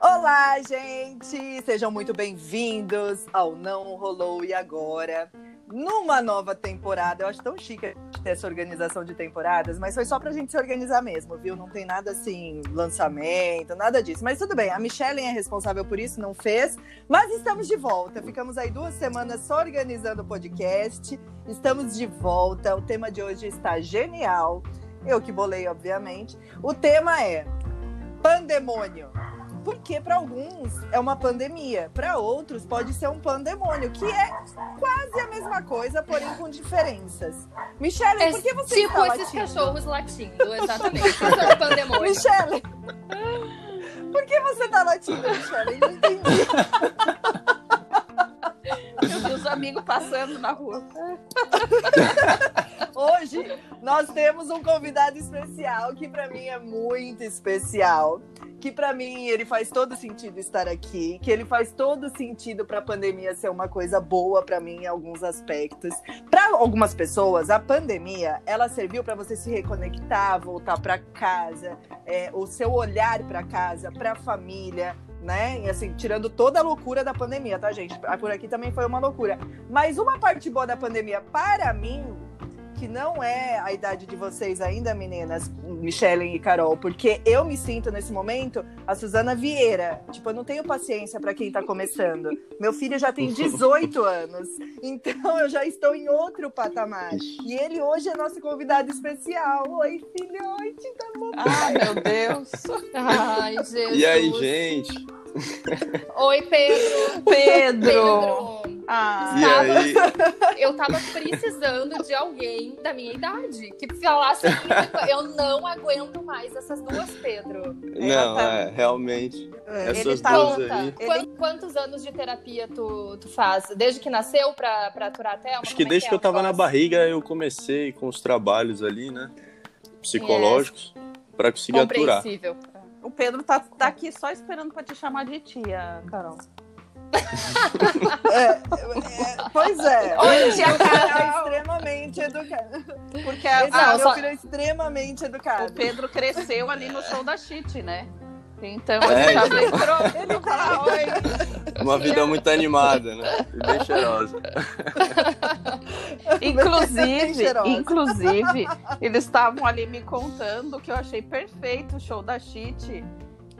Olá, gente! Sejam muito bem-vindos ao Não Rolou e Agora. Numa nova temporada, eu acho tão chique ter essa organização de temporadas, mas foi só pra gente se organizar mesmo, viu? Não tem nada assim, lançamento, nada disso. Mas tudo bem, a Michelle é responsável por isso, não fez. Mas estamos de volta. Ficamos aí duas semanas só organizando o podcast. Estamos de volta. O tema de hoje está genial. Eu que bolei, obviamente. O tema é pandemônio. Porque para alguns é uma pandemia, para outros pode ser um pandemônio, que é quase a mesma coisa, porém com diferenças. Michelle, É por que você tipo está esses latindo? cachorros latindo, exatamente. Isso é um pandemônio. Michelle, por que você tá latindo, Michelle? Eu não entendi. Meu Deus, os amigos passando na rua. Hoje nós temos um convidado especial que para mim é muito especial, que para mim ele faz todo sentido estar aqui, que ele faz todo sentido para a pandemia ser uma coisa boa para mim em alguns aspectos. Para algumas pessoas, a pandemia ela serviu para você se reconectar, voltar para casa, é, o seu olhar para casa, para a família. Né? E assim, tirando toda a loucura da pandemia, tá, gente? Por aqui também foi uma loucura. Mas uma parte boa da pandemia, para mim, que não é a idade de vocês ainda, meninas, Michelle e Carol, porque eu me sinto nesse momento a Suzana Vieira. Tipo, eu não tenho paciência para quem tá começando. Meu filho já tem 18 anos, então eu já estou em outro patamar. E ele hoje é nosso convidado especial. Oi, filhote, tá bom? Ah, meu Deus. Ai, Jesus. E aí, gente? Oi, Pedro. Pedro. Pedro. Ah, E é Tá. aí? Eu tava precisando de alguém da minha idade que falasse assim, eu não aguento mais essas duas, Pedro. Não, é, realmente. É. Essas tá- duas Conta, aí. quan- quantos anos de terapia tu, tu faz? Desde que nasceu pra, pra aturar a Thelma? Acho que Como é desde é que eu o tava na negócio? barriga, eu comecei com os trabalhos ali, né? Psicológicos, pra conseguir aturar. Compreensível. o Pedro tá, tá aqui só esperando pra te chamar de tia, Carol. É, é, pois é. Oi, tia É Carol. extremamente educado. Porque Ah, a- meu só- filho é extremamente o educado. Pedro cresceu ali no show da Chit, né? Então É, ele já então. veio pronto. Tá, Ele fala, oi. Uma vida muito animada, né? E bem cheirosa. tá Bem Inclusive, cheirosa. inclusive, eles estavam ali me contando que eu achei perfeito o show da Chit.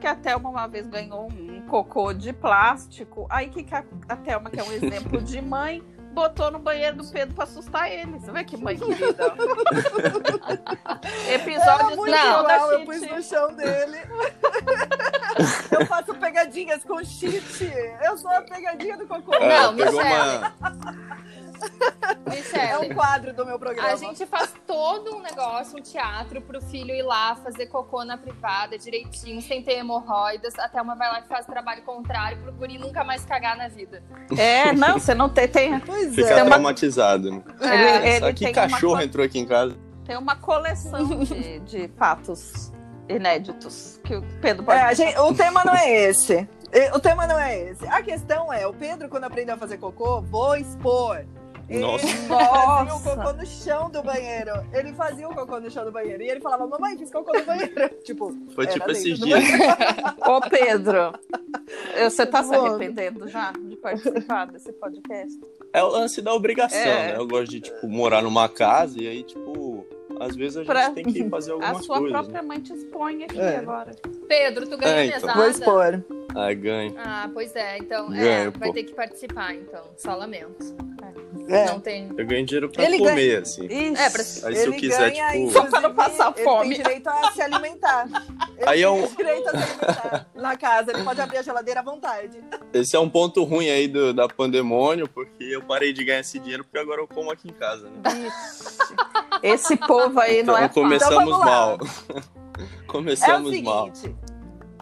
Que a Thelma uma vez ganhou um cocô de plástico. Aí que que a, a Thelma, que é um exemplo de mãe, botou no banheiro do Pedro pra assustar ele. Você vê que mãe querida. Era tá é Episódio do muito show igual, da eu pus no Chit. chão dele. eu faço pegadinhas com cheat. Eu sou a pegadinha do cocô. É, Não, pegou Michele. uma. É Michele, um quadro do meu programa. A gente faz todo um negócio, um teatro pro filho ir lá fazer cocô na privada direitinho, sem ter hemorroidas. A Thelma vai lá e faz o trabalho contrário pro guri nunca mais cagar na vida. É, não, você não tem. tem Pois Ficar é. uma- traumatizado. Né? ele ele Só tem, que uma, cachorro co- entrou aqui em casa. tem uma coleção de, de fatos inéditos que o Pedro É, pode a gente- o tema não é esse. E- O tema não é esse. A questão é, o Pedro, quando aprendeu a fazer cocô, vou expor. Ele Nossa. fazia o Nossa. cocô no chão do banheiro. Ele fazia o cocô no chão do banheiro. E ele falava, mamãe, fiz cocô no banheiro. tipo, Foi Era tipo dentro esses do dias. Ô, Pedro, eu- você tá se Voando. arrependendo já de participar desse podcast? É o lance da obrigação, É. né? Eu gosto de, tipo, morar numa casa e aí, tipo, às vezes a gente Pra- tem que fazer A algumas sua coisas. né? própria mãe te expõe aqui É. agora. Pedro, tu ganha É, então. mesada? vou expor. Né? Ah, ganho. Ah, pois é. Então, é, Ganho, vai pô. ter que participar, então. Só lamento. É. Não tem... Eu ganho dinheiro pra Ele comer, ganha- assim. Isso. É, pra- Aí se eu quiser, tipo. inclusive, Só pra não passar ele fome. tem direito a se alimentar. Ele Aí é um- tem direito a se alimentar na casa. Ele pode abrir a geladeira à vontade. Esse é um ponto ruim aí do, da pandemônio, porque eu parei de ganhar esse dinheiro, porque agora eu como aqui em casa, né? Vixe. Esse povo aí não é então fácil. começamos Então vamos lá. mal. É o começamos mal. seguinte,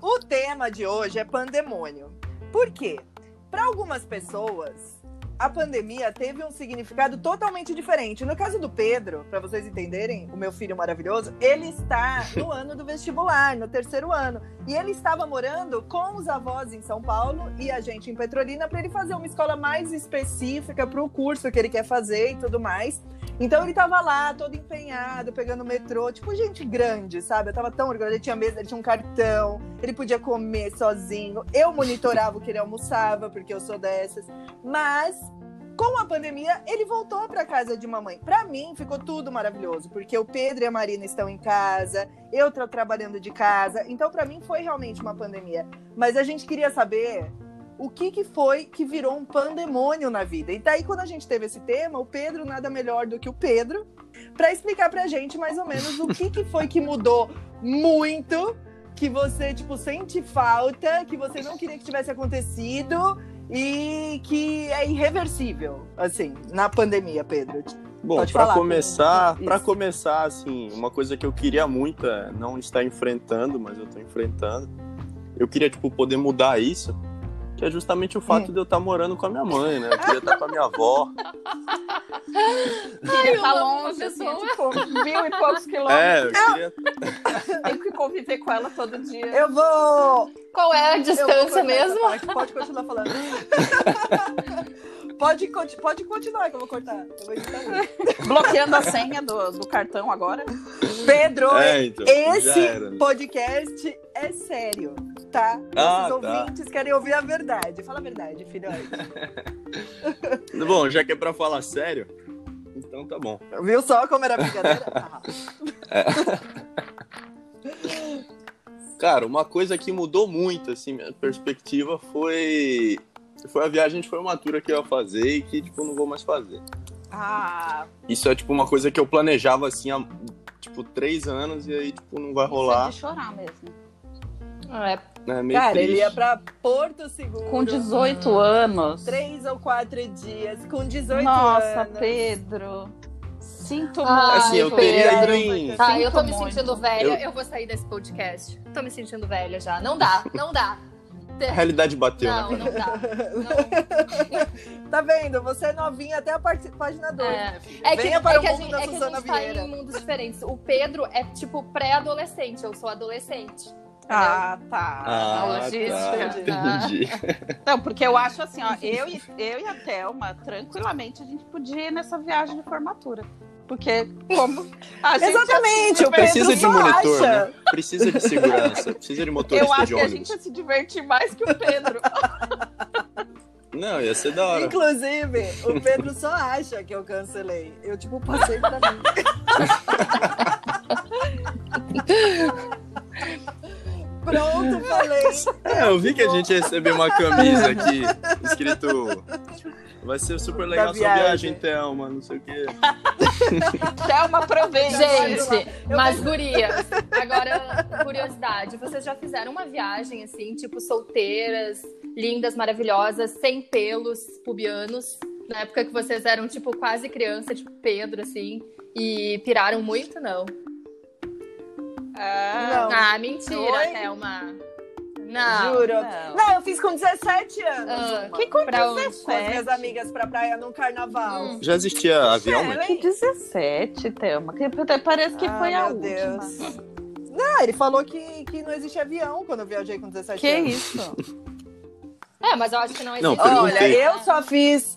o tema de hoje é pandemônio. Por quê? Para algumas pessoas, a pandemia teve um significado totalmente diferente. No caso do Pedro, para vocês entenderem, o meu filho maravilhoso, ele está no ano do vestibular, no terceiro ano. E ele estava morando com os avós em São Paulo e a gente em Petrolina para ele fazer uma escola mais específica para o curso que ele quer fazer e tudo mais. Então ele tava lá, todo empenhado, pegando o metrô, tipo gente grande, sabe? Eu tava tão orgulhosa, ele tinha mesa, ele tinha um cartão, ele podia comer sozinho. Eu monitorava o que ele almoçava, porque eu sou dessas. Mas com a pandemia, ele voltou para casa de mamãe. Para mim, ficou tudo maravilhoso, porque o Pedro e a Marina estão em casa, eu tô trabalhando de casa. Então, para mim, foi realmente uma pandemia. Mas a gente queria saber o que, que foi que virou um pandemônio na vida. E daí, quando a gente teve esse tema, o Pedro nada melhor do que o Pedro para explicar pra gente mais ou menos o que, que foi que mudou muito, que você, tipo, sente falta, que você não queria que tivesse acontecido e que é irreversível, assim, na pandemia, Pedro. Bom, Pode pra falar. começar, Isso. para começar assim, uma coisa que eu queria muito é, não estar enfrentando, mas eu tô enfrentando. Eu queria tipo poder mudar isso, que é justamente o Hum. fato de eu estar morando com a minha mãe, né? Eu queria estar com a minha avó. Queria eu tá amo uma longe, assim, pessoa. tipo, mil e poucos É, quilômetros. eu queria É. Tenho que conviver com ela todo dia. Eu vou. Qual é a eu vou distância cortar essa mesmo? parte, Pode continuar falando. pode, conti- pode continuar que eu vou cortar. Eu vou editar isso. Bloqueando a senha do, do cartão agora. Pedro, É, então, já esse era. podcast é sério, tá? Ah, Nossos tá. ouvintes querem ouvir a verdade. Fala a verdade, filhote. Bom, já que é pra falar sério, então tá bom. Viu só como era a brincadeira? Ah, Cara, uma coisa que mudou muito, assim, minha perspectiva foi. Foi a viagem de formatura que eu ia fazer e que, tipo, não vou mais fazer. Ah, Isso é, tipo, uma coisa que eu planejava, assim, há, tipo, três anos e aí, tipo, não vai isso é rolar. de chorar mesmo. É, né? É meio Cara, triste. ele ia pra Porto Seguro. Com 18 anos. Três ou quatro dias, com 18 Nossa, anos. Pedro. Sinto Ai, Assim, eu Pedro. teria ido em. tá, Sinto eu tô me muito. sentindo velha. Eu- Eu... vou sair desse podcast. Tô me sentindo velha já. Não dá, não dá. A realidade bateu, Não, né? não dá. Não. Tá vendo? Você é novinha até a parte- página 2. É. Minha filha. É que, Venha para é que o a mundo gente, da é que a Susana gente tá Vieira. em mundos diferentes. O Pedro é tipo pré-adolescente, eu sou adolescente. Ah, tá. Ah, A logística. tá. Entendi. Não, porque eu acho assim, ó, eu e, eu e a Thelma, tranquilamente, a gente podia ir nessa viagem de formatura. Porque como a gente é Exatamente, o Precisa Pedro de só monitor, acha. né? Precisa de segurança, precisa de eu motorista acho de que a gente ônibus. ia se divertir mais que o Pedro. Não, ia ser da hora. Inclusive, o Pedro só acha que eu cancelei. Eu, tipo, passei pra mim. Pronto, falei. É, eu vi que a gente ia receber uma camisa aqui, escrito. Vai ser super legal Da sua viagem, viagem, Thelma, não sei o quê. Thelma, aproveita. Gente, Eu mas gurias, agora curiosidade, vocês já fizeram uma viagem assim, tipo solteiras, lindas, maravilhosas, sem pelos pubianos, na época que vocês eram tipo quase criança, tipo Pedro assim, e piraram muito não? Ah, Não. Ah, mentira, Oi? Thelma. Não. Juro. não. Não, eu fiz com 17 anos. Ah, uma. que com com pra onde? as 17. minhas amigas pra praia num carnaval. Hum. Já existia avião, né? Ela- é Que 17, Thelma. Que até parece que Ah, foi a meu última. Deus. Ah, ele falou que, que não existe avião quando eu viajei com 17 Que anos. isso? É, mas eu acho que não Não, existe. Olha, Perguntei. eu só fiz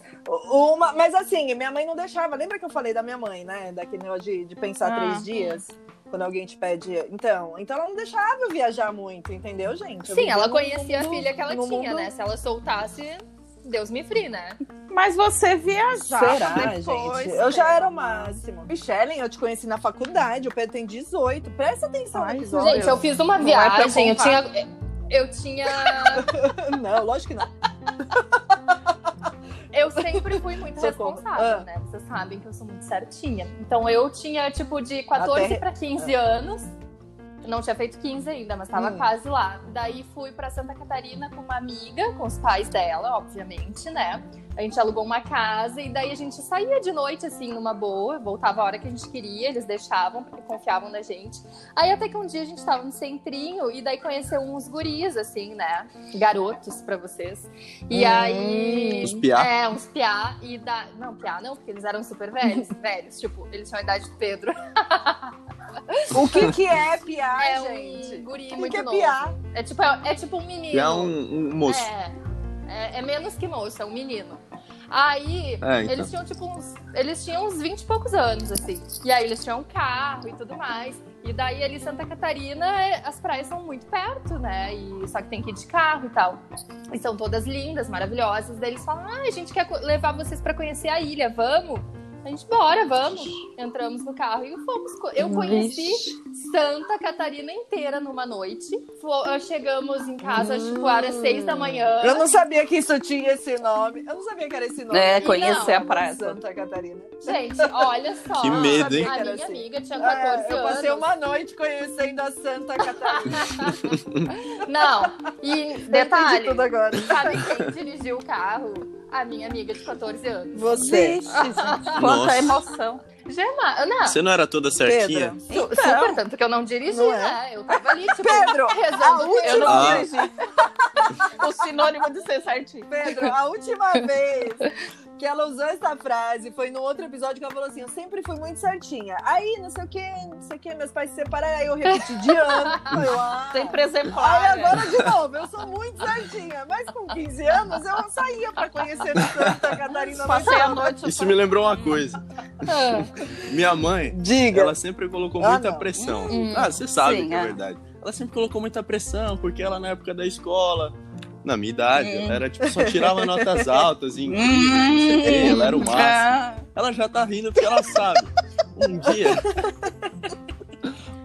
uma. Mas assim, minha mãe não deixava. Lembra que eu falei da minha mãe, né? Daquele negócio de, de pensar Ah. três dias? Quando alguém te pede. Então, então ela não deixava eu viajar muito, entendeu, gente? Eu Sim, vivia ela num conhecia a mundo- filha que ela no tinha, mundo- né? Se ela soltasse, Deus me free, né? Mas você viajava Será, depois. gente? Eu já era o Thelma. máximo. Michelle, eu te conheci na faculdade, o Pedro tem 18. Presta atenção Ai, no Meu episódio. Gente, eu fiz uma Não é pra viagem, eu tinha. contar. Eu tinha. Não, lógico que não. Eu sempre fui muito Socorro. responsável, Ah. né? Vocês sabem que eu sou muito certinha. Então eu tinha, tipo, de 14 Até- Ah. pra 15 anos. Não tinha feito 15 ainda, mas tava Hum. quase lá. Daí fui pra Santa Catarina com uma amiga, com os pais dela, obviamente, né? A gente alugou uma casa e daí a gente saía de noite, assim, numa boa, voltava a hora que a gente queria, eles deixavam, porque confiavam na gente. Aí até que um dia a gente tava no centrinho e daí conheceu uns guris, assim, né? Garotos pra vocês. E Hum. aí. Uns piá? É, uns piá. E da... Não, piá não, porque eles eram super velhos. velhos, tipo, eles tinham a idade de Pedro. O que, que é piar, é um gente? guri O que, muito que é novo. piar? É tipo, é, é tipo um menino. E é um, um moço. É, é, é menos que moço, é um menino. Aí, É, então. eles tinham, tipo, uns. Eles tinham uns 20 e poucos anos, assim. E aí eles tinham um carro e tudo mais. E daí ali em Santa Catarina, é, as praias são muito perto, né? E, só que tem que ir de carro e tal. E são todas lindas, maravilhosas. Daí eles falam: ah, a gente quer co- levar vocês pra conhecer a ilha, vamos? A gente, bora, vamos. Entramos no carro e fomos. co- Eu conheci Santa Catarina inteira numa noite. Fo- Chegamos em casa, acho que tipo, era seis da manhã. Eu não sabia que isso tinha esse nome. Eu não sabia que era esse nome. É, Não, conhecer a praia. Santa Catarina. Gente, olha só. Que medo, hein? A Era minha assim. amiga tinha É, 14 eu passei anos. uma noite conhecendo a Santa Catarina. Não, e Detalhe. detalhe, tudo agora. sabe quem dirigiu o carro? A minha amiga de 14 anos. Você. Ah, Quanta Nossa. emoção. Gema, não, Você não era toda certinha? Pedro. su- super tanto que eu não dirigi, Então. Não é? né? Eu tava ali, tipo, Pedro, a resolvendo. última Eu não Ah. dirigi. o sinônimo de ser certinho. Pedro, a última vez que ela usou essa frase foi no outro episódio que ela falou assim: Eu sempre fui muito certinha. Aí, não sei o que, não sei o que, meus pais se separaram, aí eu repeti de ano. Eu, ah. Sempre exemplar. Aí né? agora de novo, eu sou muito certinha, mas com 15 anos eu saía pra conhecer Santa Catarina na Passei a noite. Isso me lembrou uma coisa. Ah, Minha mãe, Diga. ela sempre colocou Ah, muita não. pressão. Hum. Ah, você sabe Sim, que é é. verdade. Ela sempre colocou muita pressão, porque ela na época da escola, na minha idade, Hum. ela era tipo, só tirava notas altas e incríveis, não sei o quê, ela Hum, né? era o máximo. Ah, Ela já tá rindo porque ela sabe. Um dia.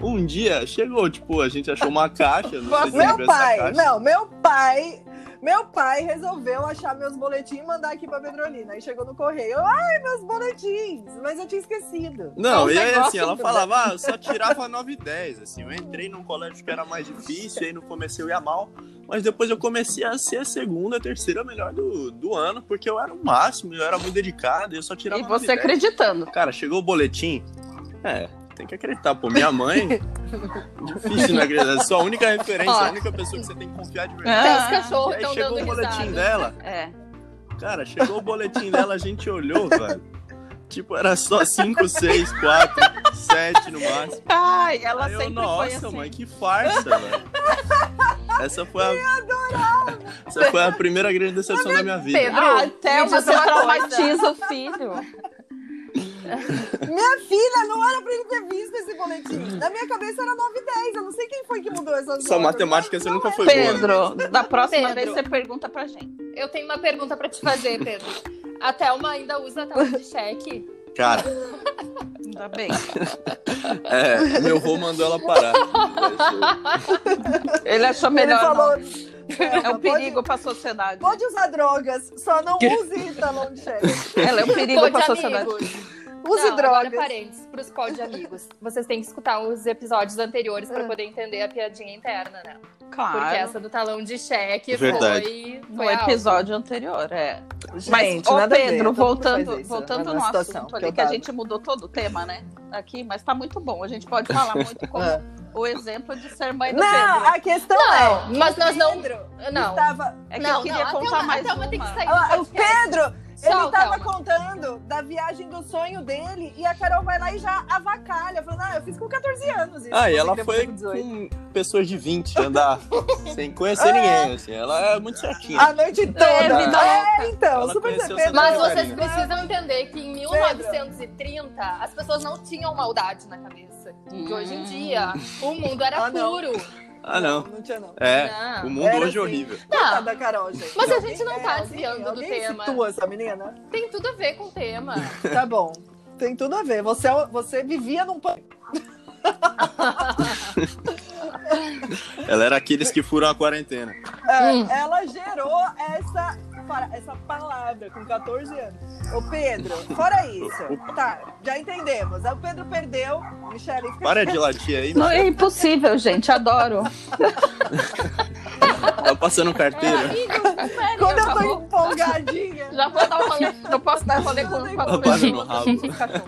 Um dia chegou, tipo, a gente achou uma caixa. Não sei se Meu lembra essa pai, caixa. não, meu pai. Meu pai resolveu achar meus boletins e mandar aqui pra Pedrolina. Aí chegou no correio. eu, Ai, meus boletins! Mas eu tinha esquecido. Não, Um e aí negócio assim, ela do- falava, ah, eu só tirava 9 e 10, assim, eu entrei num colégio que era mais difícil, aí no começo eu ia mal, mas depois eu comecei a ser a segunda, a terceira melhor do, do ano, porque eu era o máximo, eu era muito dedicado, eu só tirava E 9 você 10. acreditando. Cara, chegou o boletim, é, tem que acreditar, pô, minha mãe, difícil não acreditar, é sua única referência, Ó. a única pessoa que você tem que confiar de verdade. até os Ah. cachorros Aí estão chegou dando o boletim né? risada. dela, É. Cara, chegou o boletim dela, a gente olhou, velho. Tipo, era só 5, 6, 4, 7 no máximo. Ai, ela Aí eu, sempre nossa, foi assim. mãe, que farsa, velho. Essa foi a. Essa foi a primeira grande decepção da minha vida. Pedro, Ah, até me diz você uma coisa. traumatiza o filho. Minha filha, não era pra ele ter visto esse boletim. Na minha cabeça era 9 e 10. Eu não sei quem foi que mudou essas Sua notas, matemática mas você não nunca era. foi boa. Pedro, da próxima Pedro. vez você pergunta pra gente. Eu tenho uma pergunta pra te fazer, Pedro. A Thelma ainda usa a tela de cheque? Cara, Ainda bem. é, meu avô mandou ela parar. Ele achou Ele melhor. falou. não. É um perigo pra sociedade. Pode, pode usar drogas, só não use talão de cheque. Ela é um perigo pra Pode sociedade. Use não, Agora, drogas. parênteses, pros pod amigos. Vocês têm que escutar os episódios anteriores pra Ah. poder entender a piadinha interna, né? Porque Claro. essa do talão de cheque Verdade. foi. No foi alto. episódio anterior, é. Gente, mas, ô nada a ver, todo Pedro, mundo voltando, faz isso, voltando na no situação assunto eu ali, que a tava. gente mudou todo o tema, né? Aqui, mas tá muito bom. A gente pode falar muito como Ah. o exemplo de ser mãe do Não, Pedro. a questão Não, é. mas nós não- Pedro Não. Estava É que não, eu queria não, a contar Thelma- a mais Thelma uma. tem que sair. Ah, O Pedro, ele É Solta, tava Alma. contando da viagem do sonho dele e a Carol vai lá e já avacalha, falando, ah, eu fiz com 14 anos. isso, Ah, e comigo ela depois foi dos 18." com pessoas de 20 andar sem conhecer ninguém, assim. Ela é muito certinha. A noite toda. É, vida É, então, Ela super conheceu certeza. Santa Mas Não, vocês Karina. precisam entender que em 1930 as pessoas não tinham maldade na cabeça. Que hoje Hum. em dia o mundo era Ah, não. puro. Ah, não. Não tinha, não. É, Não. o mundo Era hoje é assim. horrível. Coitada Tá, da Carol, gente. Mas a Alguém- gente não é, tá alguém- desviando do alguém tema. situa essa menina? tem tudo a ver com o tema. Tá bom. Tem tudo a ver. Você, é você vivia num pan... Ela era aqueles que furam a quarentena. É, Hum. Ela gerou essa, para- essa palavra com 14 anos. Ô, Pedro, fora isso. Tá, já entendemos. Aí O Pedro perdeu. Michele, fica Para de latir aí, Não, é Michel. impossível, gente. Adoro. tá passando carteira. Amigo, sério, Quando eu já tô vou- empolgadinha, Já vou dar um rolê. Não posso dar rolê com com Tá a passando no rabo.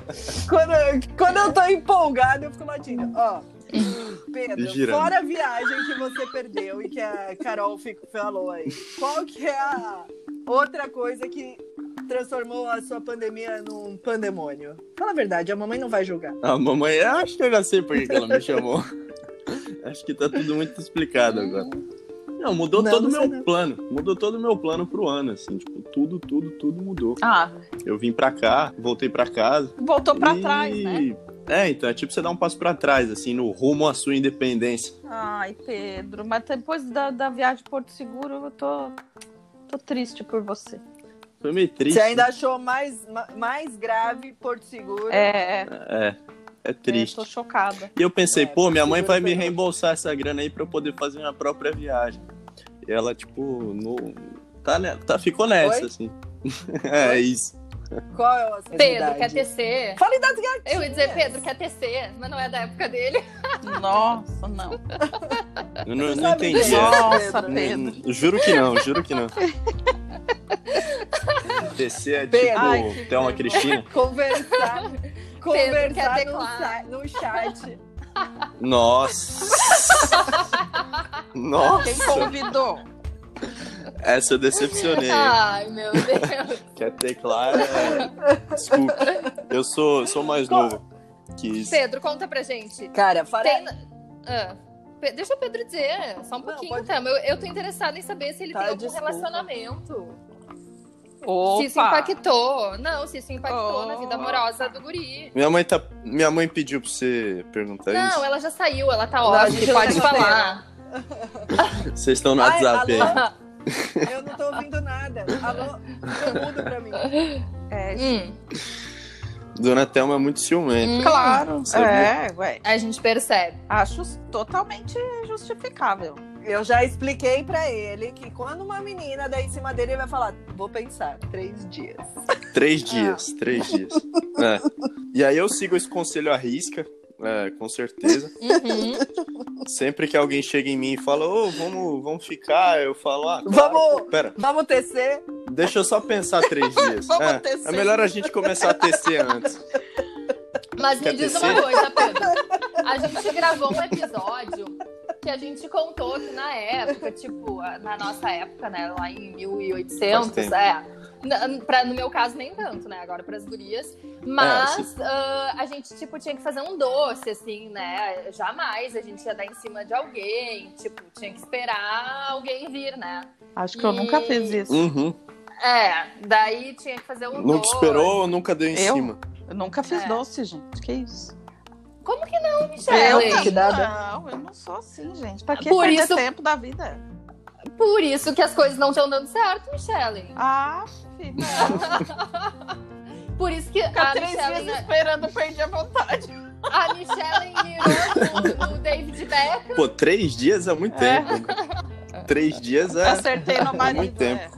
quando, eu- quando eu tô empolgada, eu fico latindo. Ó, Pedro, Girando. fora a viagem que você perdeu e que a Carol fico- falou aí, qual que é a outra coisa que transformou a sua pandemia num pandemônio? Fala a verdade, a mamãe não vai julgar. A Ah, mamãe, eu acho que eu já sei por que que ela me chamou. Acho que tá tudo muito explicado agora. Não, mudou Uhum. Não, todo o não sei meu plano. Mudou todo o meu plano pro ano, assim. Tipo, tudo, tudo, tudo mudou. Ah, Eu vim pra cá, voltei pra casa. voltou pra e- trás, né? É, então, é tipo você dar um passo pra trás, assim, no rumo à sua independência. Ai, Pedro, mas depois da, da viagem de Porto Seguro, eu tô, tô triste por você. Foi meio triste. Você ainda achou mais, ma- mais grave Porto Seguro? É, é, É, é triste. tô chocada. E eu pensei, É, pô, minha mãe vai segura me foi reembolsar essa grana aí pra eu poder fazer minha própria viagem. E ela, tipo, não. Tá, ne- tá, ficou nessa, Oi? assim. é isso. Qual é a sua Pedro, quer idade? tecer. Fala a idade gatinha. Eu ia dizer, Pedro, quer tecer, mas não é da época dele. Nossa, não. Eu não, Você não sabe entendi disso, essa. Nossa, Pedro. Não- Pedro. não- Juro que não, juro que não. TC é Pedro. tipo Ai, que Thelma vergonha. Cristina. Conversar, conversar quer no, teclar. sa- no chat. Nossa. Nossa. Quem convidou? Essa eu decepcionei. hein? Ai, meu Deus. Quer teclar? É... Desculpa. Eu sou, sou mais Qual- novo que isso. Pedro, conta pra gente. Cara, fala... Tem- Ah, Pe- deixa o Pedro dizer, só um Não, pouquinho, pode- Tamo. Eu, eu tô interessada em saber se ele Tá, tem algum desculpa. relacionamento. Opa. Se isso impactou. Não, se isso impactou na vida Opa. amorosa do guri. Minha mãe, tá... Minha mãe pediu pra você perguntar não, isso. ela já saiu, ela tá Não, a ótima, gente não pode tá sabendo. falar. Vocês estão no Ai, WhatsApp é. aí. alô? Eu não tô ouvindo nada. Alô, eu mudo pra mim. É, Hum, Dona Thelma é muito ciumenta. hum. Claro. Sabia. É, ué. A gente percebe. Acho totalmente justificável. Eu já expliquei pra ele que quando uma menina der em cima dele, ele vai falar: vou pensar, três dias. Três dias, três dias. É. E aí eu sigo esse conselho à risca, é, com certeza. Uhum. Sempre que alguém chega em mim e fala, ô, vamos, vamos ficar, eu falo, ah, claro, Vamos! pô, Pera, Vamos tecer? deixa eu só pensar três dias. Vamos é, é tecer. melhor a gente começar a tecer antes. Mas me Quer diz tecer? uma coisa, Pedro. A gente gravou um episódio que a gente contou que na época, tipo, a- na nossa época, né, lá em 1800, Faz tempo. é. na- Pra, no meu caso, nem tanto, né? Agora pras gurias. É, Mas ah, a gente, tipo, tinha que fazer um doce, assim, né? Jamais a gente ia dar em cima de alguém. Tipo, tinha que esperar alguém vir, né? Acho que eu nunca fiz isso. Uhum. É, daí tinha que fazer um Nunca doce. esperou ou nunca deu em Eu? cima? Eu nunca fiz É. doce, gente. Que isso? Como É, que não, Eu Michelle? não. que dá- não, eu não sou assim, gente. Pra que Por perder isso- tempo da vida? Por isso que as coisas não estão dando certo, Michelle. Ah, filha. Por isso que Ficar a três Michelle, assim. dias esperando, perdi a vontade. a Michelle mirou no, no David Beck. Pô, três dias é muito É. tempo. Três dias é. Acertei no marido. Muito tempo.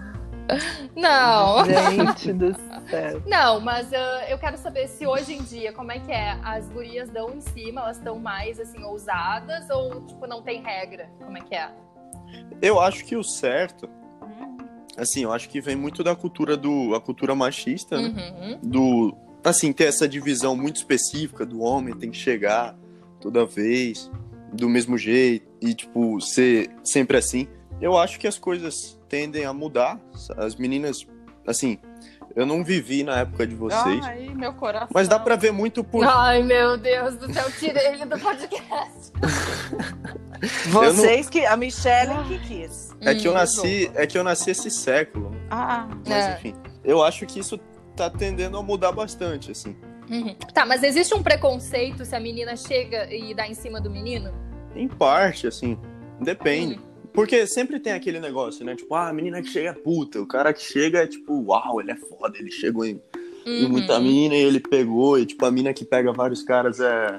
é. Não. Gente do céu. Não, mas ah, eu quero saber se hoje em dia, como é que é? As gurias dão em cima, elas estão mais, assim, ousadas ou, tipo, não tem regra? Como é que é? Eu acho que o certo, Uhum. assim, eu acho que vem muito da cultura do. a cultura machista, Hum. né? Uhum. do assim ter essa divisão muito específica do homem tem que chegar toda vez do mesmo jeito e tipo ser sempre assim eu acho que as coisas tendem a mudar as meninas assim eu não vivi na época de vocês Ai, meu coração. mas dá pra ver muito por Ai, meu Deus do céu, tirei ele do podcast. Vocês que. A Michelle que quis. é que eu Hum, Uhum. nasci é que eu nasci esse século né? Ah, mas É. enfim eu acho que isso tá tendendo a mudar bastante assim Uhum. Tá, mas existe um preconceito se a menina chega e dá em cima do menino? Em parte, assim. Depende. Porque sempre tem aquele negócio, né? Tipo, ah, a menina que chega é puta. O cara que chega é tipo, uau, ele é foda, ele chegou em, em Uhum. Uhum. muita mina e ele pegou. E tipo, a mina que pega vários caras é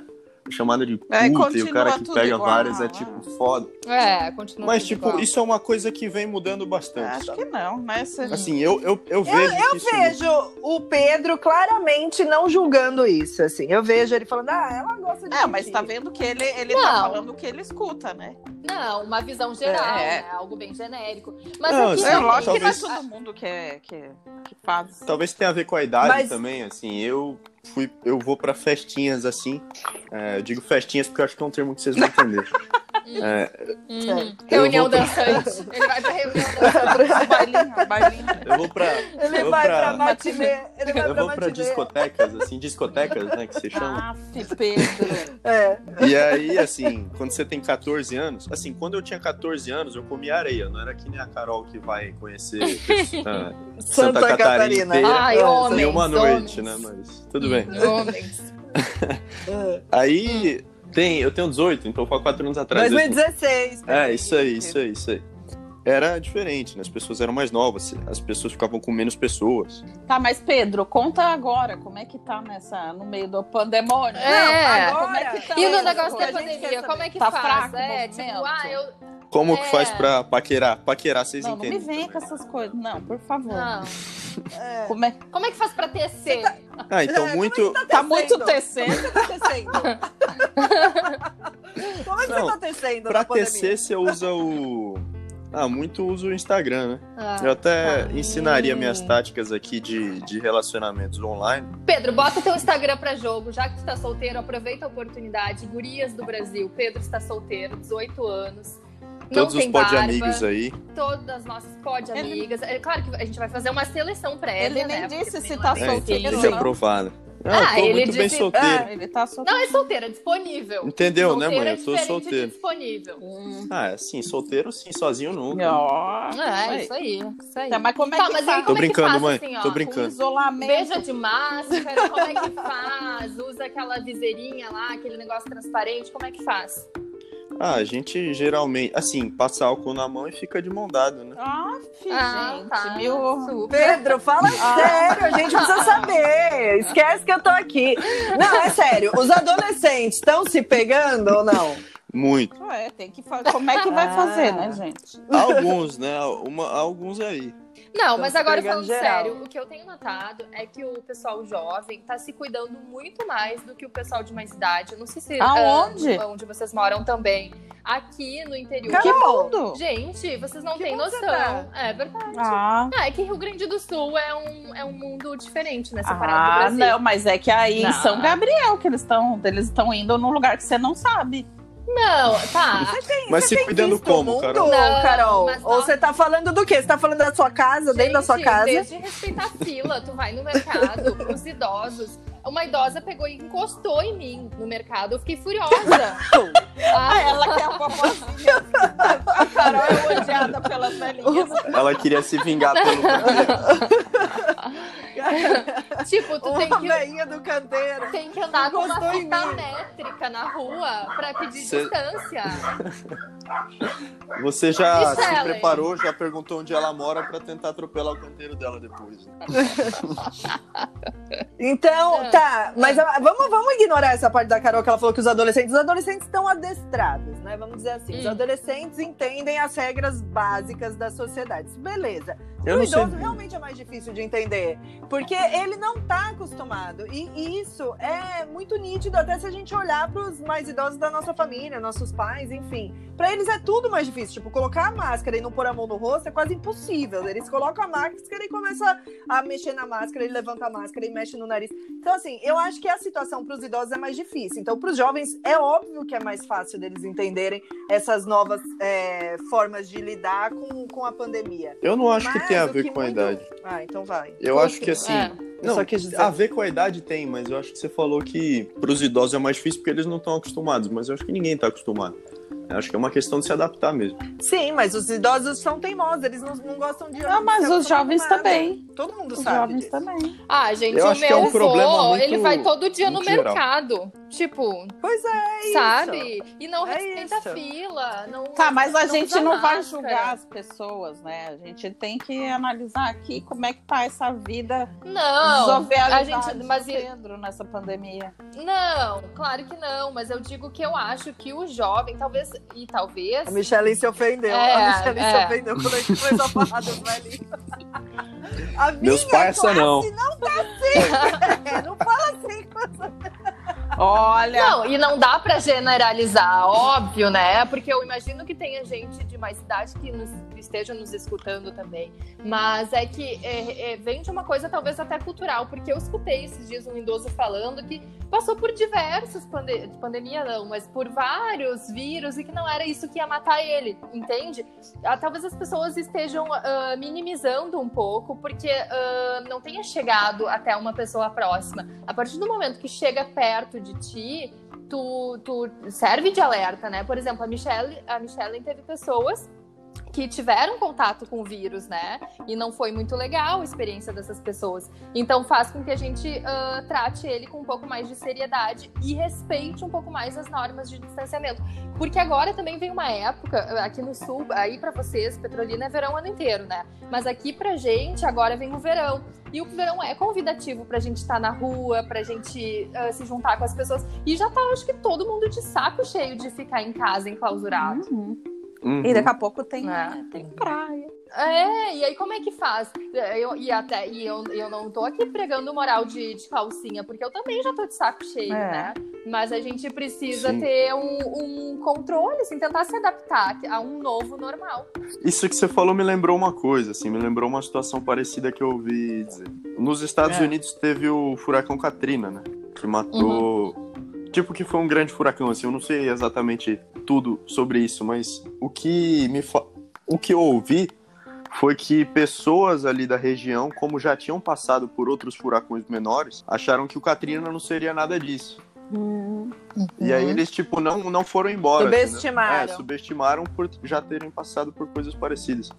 chamada de puta. É, e e continua o cara que tudo pega igual, várias é né? tipo, foda. É, continua. Mas, tudo tipo, igual. isso é uma coisa que vem mudando bastante, acho Então, sabe? que não, né? Você- Assim, eu, eu, eu vejo. que isso Vejo o Pedro claramente não julgando isso, assim. Eu vejo ele falando, ah, ela gosta de. É, mas mentir." tá vendo que ele, ele Não. tá falando o que ele escuta, né? Não, uma visão geral, É. né? Algo bem genérico. Mas Não, aqui sim, É também- lógico que não é talvez- todo mundo que, é, que, que faz. Talvez tenha a ver com a idade Mas- também, assim. Eu fui, eu vou pra festinhas assim. É, eu digo festinhas porque eu acho que é um termo que vocês vão entender. É, Hum, Eu reunião vou pra- dançante. Ele vai pra reunião Um Bailinho, bailinho. eu vou pra, Ele Eu vai pra- pra matinê. Ele vai eu pra vou pra matinê. discotecas, assim, discotecas, né, que se chama. Aff, Ah, Pedro. É. E aí, assim, quando você tem 14 anos, assim, quando eu tinha 14 anos, eu comia areia, não era que nem a Carol que vai conhecer ah, Santa, Santa Catarina. Catarina. inteira Ai, É, homens. em uma noite, né? homens. Uhum. Mas tudo bem. Homens. É. Aí tem, eu tenho 18, então foi há 4 anos atrás. eu- 2016. É, isso aí, isso aí, isso aí. Era diferente, né? As pessoas eram mais novas, as pessoas ficavam com menos pessoas. Tá, mas Pedro, conta agora como é que tá nessa, no meio do pandemônio. É. Não, como é que tá E no essa negócio da coisa? A gente quer pandemia, saber. como é que tá faz? Fraco, o é, movimento? tipo, ah, eu. Como É. que faz pra paquerar? Paquerar, vocês Não, não entendem. me venha com também. essas coisas. Não, por favor. Não. É. Como é que Como Ah, é que faz pra tecer? Ah, então É, muito. tá muito tecendo? tecendo? Como é que tá tecendo? Como é que Não, você tá tecendo Pra na pandemia? tecer, você usa o. Ah, muito uso o Instagram, né? Ah. Eu até tá. ensinaria Hum. minhas táticas aqui de, de relacionamentos online. Pedro, bota teu Instagram pra jogo. Já que tu tá solteiro, aproveita a oportunidade. Gurias do Brasil. Pedro está solteiro, 18 anos. Não Todos os tem pod barba, Tá amigos é. aí. né? Todas as nossas pod Ele- amigas. É claro que a gente vai fazer uma seleção prévia. Ele nem né? Porque disse se também não tá é bem É, tem solteiro, simples. tem ou que não? aprovar, né? Não, Ah, eu tô ele muito bem disse- solteiro. Ele tá soltando. Não, é solteira, disponível. Entendeu, solteira né, mãe? é Eu tô diferente de solteiro. disponível. Ah, assim, solteiro sim, sozinho nunca. Hum, Ó, É, aí. isso aí. Isso aí. Tá, mas como é Tá, que mas tá? aí Tô como é que brincando, faz, mãe, assim, ó? tô Com brincando. isolamento. Beija de máscara, como é que faz? Usa aquela viseirinha lá, aquele negócio transparente, como é que faz? Ah, a gente geralmente, assim, passa álcool na mão e fica de mão dada, né? Aff, gente, tá. meu... Super. Pedro, fala Ah. sério, a gente precisa saber. Esquece que eu tô aqui. Não, é sério. Os adolescentes estão se pegando ou não? Muito. Ué, tem que fazer. Como é que vai Ah. fazer, né, gente? Alguns, né? Uma, alguns aí. Não, mas se agora pegando falando geral. sério, o que eu tenho notado é que o pessoal jovem tá se cuidando muito mais do que o pessoal de mais idade. Eu não sei se Aonde? ah, onde vocês moram também. Aqui no interior. Cara, Que Não. mundo? Gente, vocês não Que têm mundo noção. você tá? É verdade. Ah, Ah, é que Rio Grande do Sul é um, é um mundo diferente, né? Separado ah do Brasil. não, mas é que aí Não. em São Gabriel que eles estão eles estão indo num lugar que você não sabe. Não, tá. Mas se cuidando Visto o como, mundo, Carol? Não, Carol? mas Ou nós- você tá falando do quê? Você tá falando da sua casa, dentro da sua Gente, casa? Desde respeitar a fila, tu vai no mercado, os idosos. Uma idosa pegou e encostou em mim no mercado. Eu fiquei furiosa. Ah, ela que é a vovozinha. A Carol é odiada pelas velhinhas. Ela queria se vingar pelo canteiro. tipo, tu tem Uma que, veinha do canteiro. tem que andar com uma Encostou em fita mim. métrica na rua pra pedir Cê- distância. Você já E se Shelley? preparou, já perguntou onde ela mora pra tentar atropelar o canteiro dela depois. né? Então, Ah. tá. Mas ah, vamos, vamos ignorar essa parte da Carol que ela falou que os adolescentes. Os adolescentes estão adestrados, né? Vamos dizer assim. Os Hum. adolescentes entendem as regras básicas da sociedade. Beleza. Eu o não sei. idoso realmente é mais difícil de entender, porque ele não tá acostumado. E, e isso é muito nítido, até se a gente olhar para os mais idosos da nossa família, nossos pais, enfim. Para eles é tudo mais difícil. Tipo, colocar a máscara e não pôr a mão no rosto é quase impossível. Eles colocam a máscara e começam a, a mexer na máscara, ele levanta a máscara e mexe no nariz. Então, assim, eu acho que a situação para os idosos é mais difícil. Então, para os jovens, é óbvio que é mais fácil deles entenderem essas novas é, formas de lidar com, com a pandemia. Eu não acho Mas que tem a o ver que com a muito- idade. Ah, então vai. Eu acho que assim. É. Não, só quis dizer. a ver com a idade tem, mas eu acho que você falou que pros idosos é mais difícil porque eles não estão acostumados, mas eu acho que ninguém tá acostumado. Eu acho que é uma questão de se adaptar mesmo. Sim, mas os idosos são teimosos, eles não, não gostam de... Ah, mas de ser os jovens acostumado. também. Todo mundo Os sabe jovens disso. também. Ah, gente, Eu o acho que é meu um problema avô, muito- ele vai todo dia no muito geral. mercado. Tipo, Pois é, sabe? E não É respeita isso. a fila. Não, Tá, mas a não gente usa não vai máscara. julgar as pessoas, né? A gente tem que analisar aqui como é que tá essa vida Não, a gente, mas mas Pedro nessa pandemia. Não, claro que não, mas eu digo que eu acho que o jovem, talvez, e talvez. A Michelle se ofendeu. É, a Michelle se é. ofendeu quando a gente começou a falar dos velhinhos. A Meus minha pais classe não. é, não fala assim. Olha, Não, e não dá pra generalizar, óbvio, né? Porque eu imagino que tenha gente de mais idade que nos que esteja nos escutando também. Mas é que é, é, vem de uma coisa talvez até cultural, porque eu escutei esses dias um idoso falando que passou por diversos pande pandemia não, mas por vários vírus e que não era isso que ia matar ele, entende? Ah, talvez as pessoas estejam ah, minimizando um pouco porque ah, não tenha chegado até uma pessoa próxima. A partir do momento que chega perto de ti, tu, tu serve de alerta, né? Por exemplo, a Michelle, a Michelle teve pessoas que tiveram contato com o vírus, né? E não foi muito legal a experiência dessas pessoas. Então faz com que a gente uh, trate ele com um pouco mais de seriedade e respeite um pouco mais as normas de distanciamento. Porque agora também vem uma época, aqui no sul, aí para vocês, Petrolina é verão o ano inteiro, né? Mas aqui pra gente, agora vem o verão. E o verão é convidativo pra gente estar tá na rua, pra gente uh, se juntar com as pessoas. E já tá, acho que todo mundo de saco cheio de ficar em casa enclausurado. Uhum. Uhum. E daqui a pouco tem, É. tem praia. É, e aí como é que faz? Eu, e até e eu, eu não tô aqui pregando moral de, de calcinha, porque eu também já tô de saco cheio, É. né? Mas a gente precisa Sim. ter um, um controle, assim, tentar se adaptar a um novo normal. Isso que você falou me lembrou uma coisa, assim, me lembrou uma situação parecida que eu ouvi dizer. Nos Estados É. Unidos teve o furacão Katrina, né? Que matou. Tipo que foi um grande furacão, assim, eu não sei exatamente tudo sobre isso, mas o que me fa... o que eu ouvi foi que pessoas ali da região, como já tinham passado por outros furacões menores, acharam que o Katrina não seria nada disso. Hum. E aí eles, tipo, não, não foram embora. assim, né? Subestimaram. É, subestimaram por já terem passado por coisas parecidas.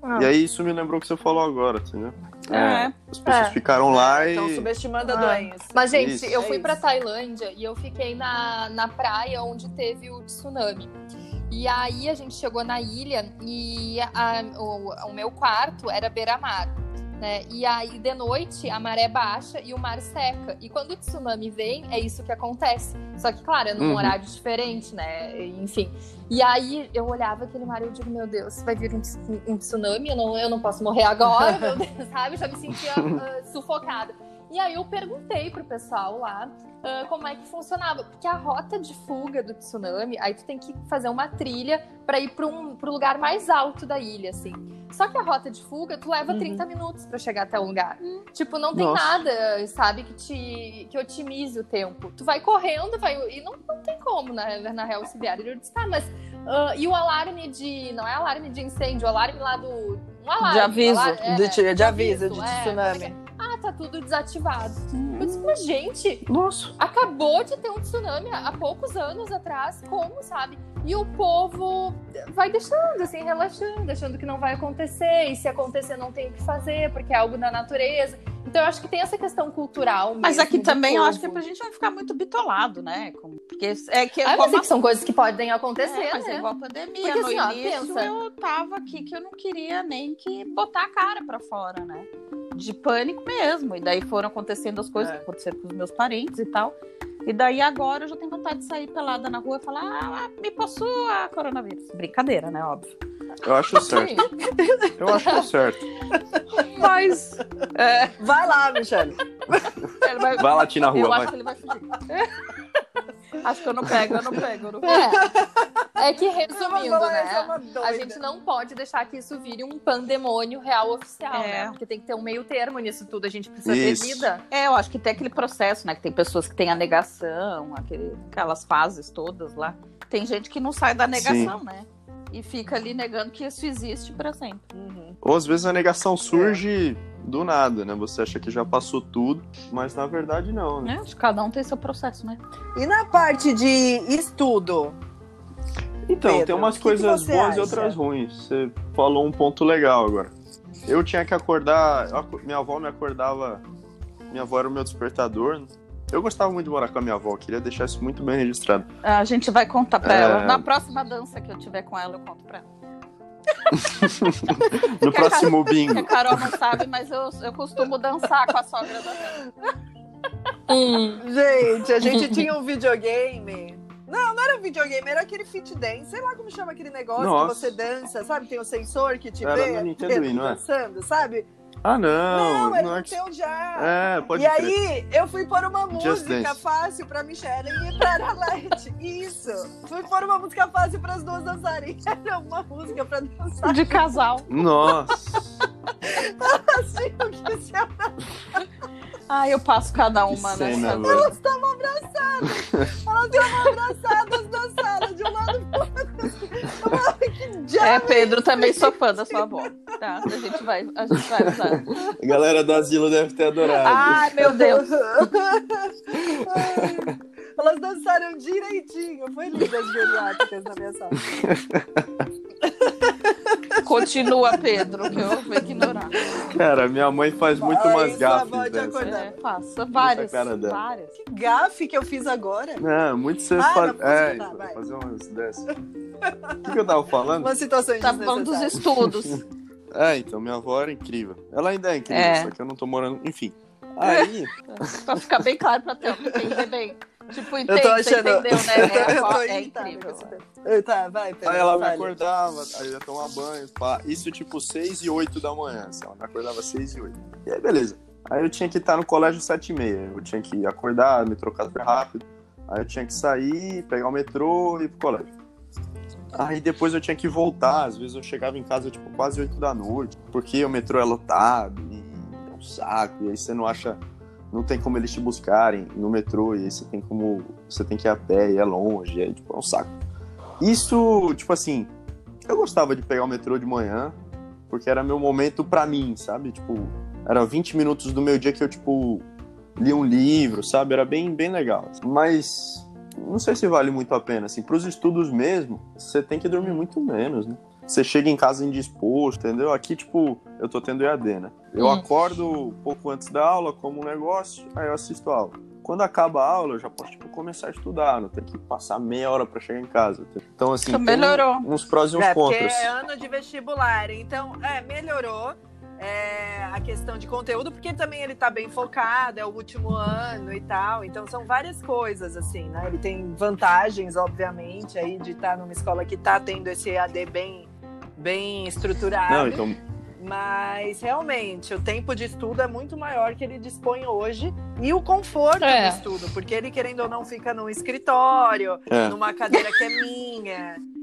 Ah. E aí isso me lembrou o que você falou agora, entendeu? É. As pessoas É. ficaram lá e. Estão então subestimando a Ah. doença. Mas, gente, Isso. eu É fui isso. pra Tailândia e eu fiquei na, na praia onde teve o tsunami. E aí a gente chegou na ilha e a- o, o meu quarto era beira-mar. Né? E aí, de noite, a maré baixa e o mar seca. E quando o tsunami vem, é isso que acontece. Só que, claro, é num Uhum. horário diferente, né? Enfim. E aí, eu olhava aquele mar e eu digo, meu Deus, vai vir um, ts- um tsunami? Eu não, eu não posso morrer agora, meu Deus, sabe? Eu já me sentia ah, sufocada. E aí eu perguntei pro pessoal lá ah, como é que funcionava. Porque a rota de fuga do tsunami, aí tu tem que fazer uma trilha pra ir pro, um, pro lugar mais alto da ilha, assim. Só que a rota de fuga, tu leva Uhum. 30 minutos pra chegar até o lugar. Tipo, não tem Nossa. nada, sabe, que te que otimize o tempo. Tu vai correndo, vai. E não, não tem como, né, na, na real, se vier. Ele disse, tá, mas. ah, e o alarme de. Não é alarme de incêndio, o alarme lá do. Um alarme. de aviso, alarme- é, de, de aviso, de é, tsunami. Ah, tá tudo desativado. Hum. Eu disse, mas gente, Nossa. acabou de ter um tsunami há há poucos anos atrás, como, sabe? E o povo vai deixando, assim, relaxando, achando que não vai acontecer, e se acontecer não tem o que fazer, porque é algo da natureza. Então eu acho que tem essa questão cultural mesmo. Mas aqui do também eu povo. acho que é pra gente vai ficar muito bitolado, né? Com- Porque é que Ah, mas como é que são coisas que podem acontecer, É, mas é né? igual a pandemia. Porque, no assim, ó, início pensa. eu tava aqui que eu não queria nem que botar a cara pra fora, né? De pânico mesmo. E daí foram acontecendo as coisas É. que aconteceram com os meus parentes e tal. E daí agora eu já tenho vontade de sair pelada na rua e falar, ah, me possua coronavírus. Brincadeira, né? Óbvio. Eu acho certo. Sim. Eu acho que é certo. Mas. É, Vai lá, Michelle. ele vai- Vai latir na rua, eu vai. acho que ele vai fugir. acho que eu não pego, eu não pego, eu não pego. É. É que Eu vou resumindo, falar, essa é né? uma A doida. gente não pode deixar que isso vire um pandemônio real oficial, É. né? Porque tem que ter um meio termo nisso tudo. A gente precisa Isso. ter vida. É, eu acho que tem aquele processo, né? Que tem pessoas que têm a negação, aquele- aquelas fases todas lá. Tem gente que não sai da negação, né? E fica ali negando que isso existe pra sempre. Uhum. Ou às vezes a negação surge do nada, né? Você acha que já passou tudo, mas na verdade não, né? Né? Acho que cada um tem seu processo, né? E na parte de estudo? Então, Pedro, tem umas o que coisas que você boas e acha? outras ruins. Você falou um ponto legal agora. Eu tinha que acordar. eu aco- Minha avó me acordava. Minha avó era o meu despertador. né? Eu gostava muito de morar com a minha avó, queria deixar isso muito bem registrado. A gente vai contar pra É. ela. Na próxima dança que eu tiver com ela, eu conto pra ela. No próximo Porque bingo. a Carol não sabe, mas eu, eu costumo dançar com a sogra da minha. Gente, a gente tinha um videogame. Não, não era um videogame, era aquele fit dance. Sei lá como chama aquele negócio Nossa. que você dança, sabe? Tem o sensor que te Era vê no Nintendo Pedro, Wii, não é? dançando, sabe? Ah, não. Não, ele não é, que- bateu já. é, pode e crer. aí, eu fui pôr uma Just música Dance. fácil pra Michelle e pra Arlete. Isso. Fui pôr uma música fácil pras duas dançarem. Era uma música pra dançar De casal. Nossa. assim, o que se elas Ah, eu passo cada Que uma cena, nessa. velho. estavam abraçadas. Elas estavam abraçadas, dançaram de um lado pro outro. Eu falava, que É, diabo Pedro, também sou fã da sua avó. Tá, a gente vai, a gente vai usar. A galera da Asilo deve ter Ah. adorado. Ai, meu Deus. Ai, Elas dançaram direitinho. Foi lindo as geriátricas na minha sala. Continua, Pedro, que eu vou ignorar. Cara, minha mãe faz muito Ai, umas sua avó gafes te dessas. acordou. É, passa. Várias. cara dela. Várias. Que gafe que eu fiz agora. É, muito você Ah, faz... não, posso É, contar, vai. fazer umas dessas. O que, que eu tava falando? Uma situação Tá falando dos desnecessária. estudos. É, então, minha avó era incrível. Ela ainda é incrível, É. só que eu não tô morando... Enfim. Aí... pra ficar bem claro pra Thelma entender bem. Tipo, entende, tô achando- entendeu, né? Eu tô- É, eu tô é irritada incrível. com esse tema. Tá, vai, Pedro, Aí ela me fale. acordava, aí eu ia tomar banho, pá. Isso tipo 6 e 8 da manhã, assim, ela me acordava 6 e 8. E aí, beleza. Aí eu tinha que estar no colégio 7 e meia. Eu tinha que acordar, me trocar super rápido. Aí eu tinha que sair, pegar o metrô e ir pro colégio. Aí depois eu tinha que voltar, às vezes eu chegava em casa tipo quase 8 da noite, porque o metrô é lotado, e é um saco, e aí você não acha, não tem como eles te buscarem no metrô, e aí você tem como, você tem que ir a pé, e é longe, e aí, tipo, é um saco. Isso, tipo assim, eu gostava de pegar o metrô de manhã, porque era meu momento pra mim, sabe? Tipo, era 20 minutos do meu dia que eu, tipo, li um livro, sabe? Era bem, bem legal. Mas não sei se vale muito a pena, assim. Pros estudos mesmo, você tem que dormir muito menos, né? Você chega em casa indisposto, entendeu? Aqui, tipo, eu tô tendo EAD, né? Eu Hum. acordo um pouco antes da aula, como um negócio, aí eu assisto a aula. Quando acaba a aula, eu já posso, tipo, começar a estudar, não tem que passar meia hora pra chegar em casa. Então, assim, Então, tem melhorou. uns prós e uns É, porque contras. é ano de vestibular, então é, melhorou é, a questão de conteúdo, porque também ele tá bem focado, é o último ano e tal, então são várias coisas, assim, né? Ele tem vantagens, obviamente, aí de estar numa escola que tá tendo esse EAD bem, bem estruturado, Não, então, mas realmente o tempo de estudo é muito maior que ele dispõe hoje e o conforto É. do estudo, porque ele, querendo ou não, fica num escritório, é. numa cadeira que é minha,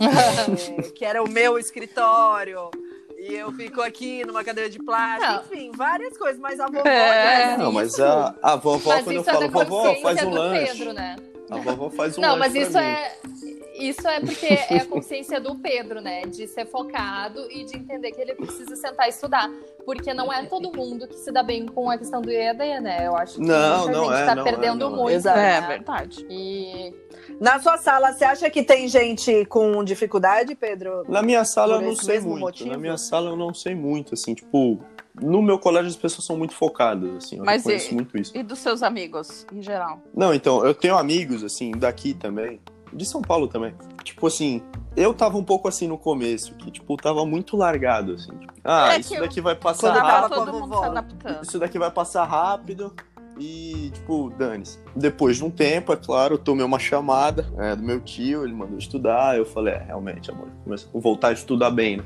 é, que era o meu escritório. E eu fico aqui numa cadeira de Não. plástico, enfim, várias coisas, mas a vovó É. faz Não, isso. mas a, a vovó, Mas quando eu isso é falo, da vovó, consciência faz um do lanche. Pedro, né? A vovó faz um Não, lanche. mas pra isso mim. é. Isso é porque é a consciência do Pedro, né? De ser focado e de entender que ele precisa sentar e estudar. Porque não é todo mundo que se dá bem com a questão do EAD, né? Eu acho que Não, muita não gente é, tá não é, perdendo não é. muito. Exato. né? É verdade. E Na sua sala, você acha que tem gente com dificuldade, Pedro? Na minha sala Por eu não esse sei mesmo muito. motivo? Na minha sala eu não sei muito, assim, tipo, no meu colégio as pessoas são muito focadas, assim, eu Mas conheço e- muito isso. E dos seus amigos, em geral? Não, então, eu tenho amigos, assim, daqui também, de São Paulo também. Tipo assim, eu tava um pouco assim no começo, que, tipo, tava muito largado, assim. tipo, ah, É isso que eu- daqui vai passar Quando Quando eu rápido. tava tava com a todo mundo vovó. se adaptando. isso daqui vai passar rápido e, tipo, dane-se. Depois de um tempo, é claro, eu tomei uma chamada é, do meu tio, ele mandou estudar, eu falei, é, realmente, amor, começa a voltar a estudar bem, né?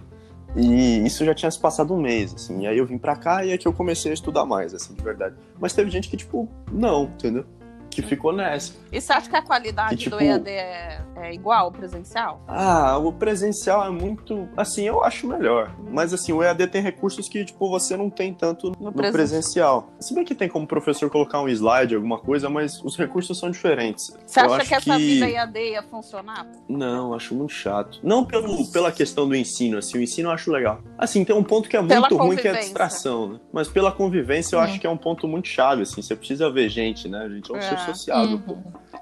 E isso já tinha se passado um mês, assim, e aí eu vim pra cá e é que eu comecei a estudar mais, assim, de verdade. Mas teve gente que, tipo, não, entendeu? Que ficou nessa. E você acha que a qualidade Que, tipo- do EAD é, é igual ao presencial? Ah, o presencial é muito. Assim, eu acho melhor. Mas, assim, o EAD tem recursos que, tipo, você não tem tanto no, presen- presencial. Se bem que tem como professor colocar um slide, alguma coisa, mas os recursos são diferentes. Você Eu acha acho que essa que- vida é- EAD ia funcionar? Não, acho muito chato. Não pelo, pela questão do ensino, assim, o ensino eu acho legal. Assim, tem um ponto que é Pela muito ruim, que é a convivência. distração, né? Mas pela convivência eu Hum. acho que é um ponto muito chave, assim, você precisa ver gente, né? A gente é um É. ser sociável, pô.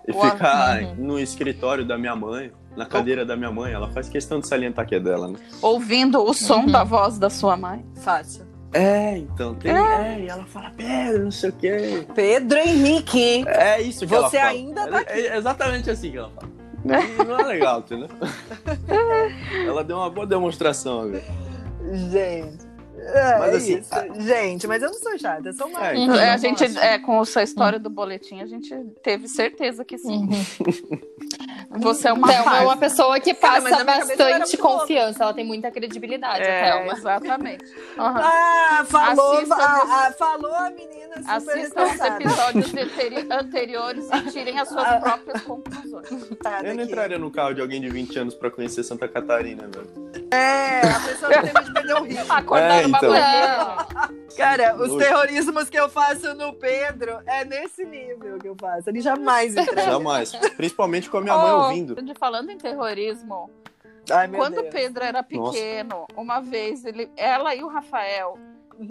E Boa. ficar Uhum. no escritório da minha mãe, na cadeira da minha mãe, ela faz questão de salientar que é dela, né? Ouvindo o som Uhum. da voz da sua mãe? Fácil. É, então, tem. É, e ela fala, Pedro, não sei o quê. Pedro Henrique. É isso que ela Você fala. ainda tá Ela- É exatamente assim que ela fala. E não é legal, entendeu? ela deu uma boa demonstração agora. Gente. É, Mas é assim, isso. Gente, mas eu não sou chata, eu sou uma. É, Uhum. É, eu a gente, gosto. Hum. é, com essa história do boletim, a gente teve certeza que sim. Uhum. Você é Uhum. Thelma uma então, é farsa. uma pessoa que Cara, mas passa na minha cabeça eu era bastante muito louca. confiança. Ela tem muita credibilidade, a É, Thelma. exatamente. Aham. Ah, falou, Assista a, nos- a- falou a menina super Assistam os responsável. episódios anteri- anteriores e tirem as suas próprias conclusões. Tá Eu não daqui. entraria no carro de alguém de 20 anos pra conhecer Santa Catarina, velho. É, a pessoa não tem medo de perder o rio. Acordaram É, então. uma bandeira. Cara, os Nojo. terrorismos que eu faço no Pedro é nesse nível que eu faço. Ele jamais entra. Jamais. Principalmente com a minha mãe Oh, ouvindo. de- Falando em terrorismo, Ai, meu Quando o Deus. Pedro era pequeno, uma vez ele, ela e o Rafael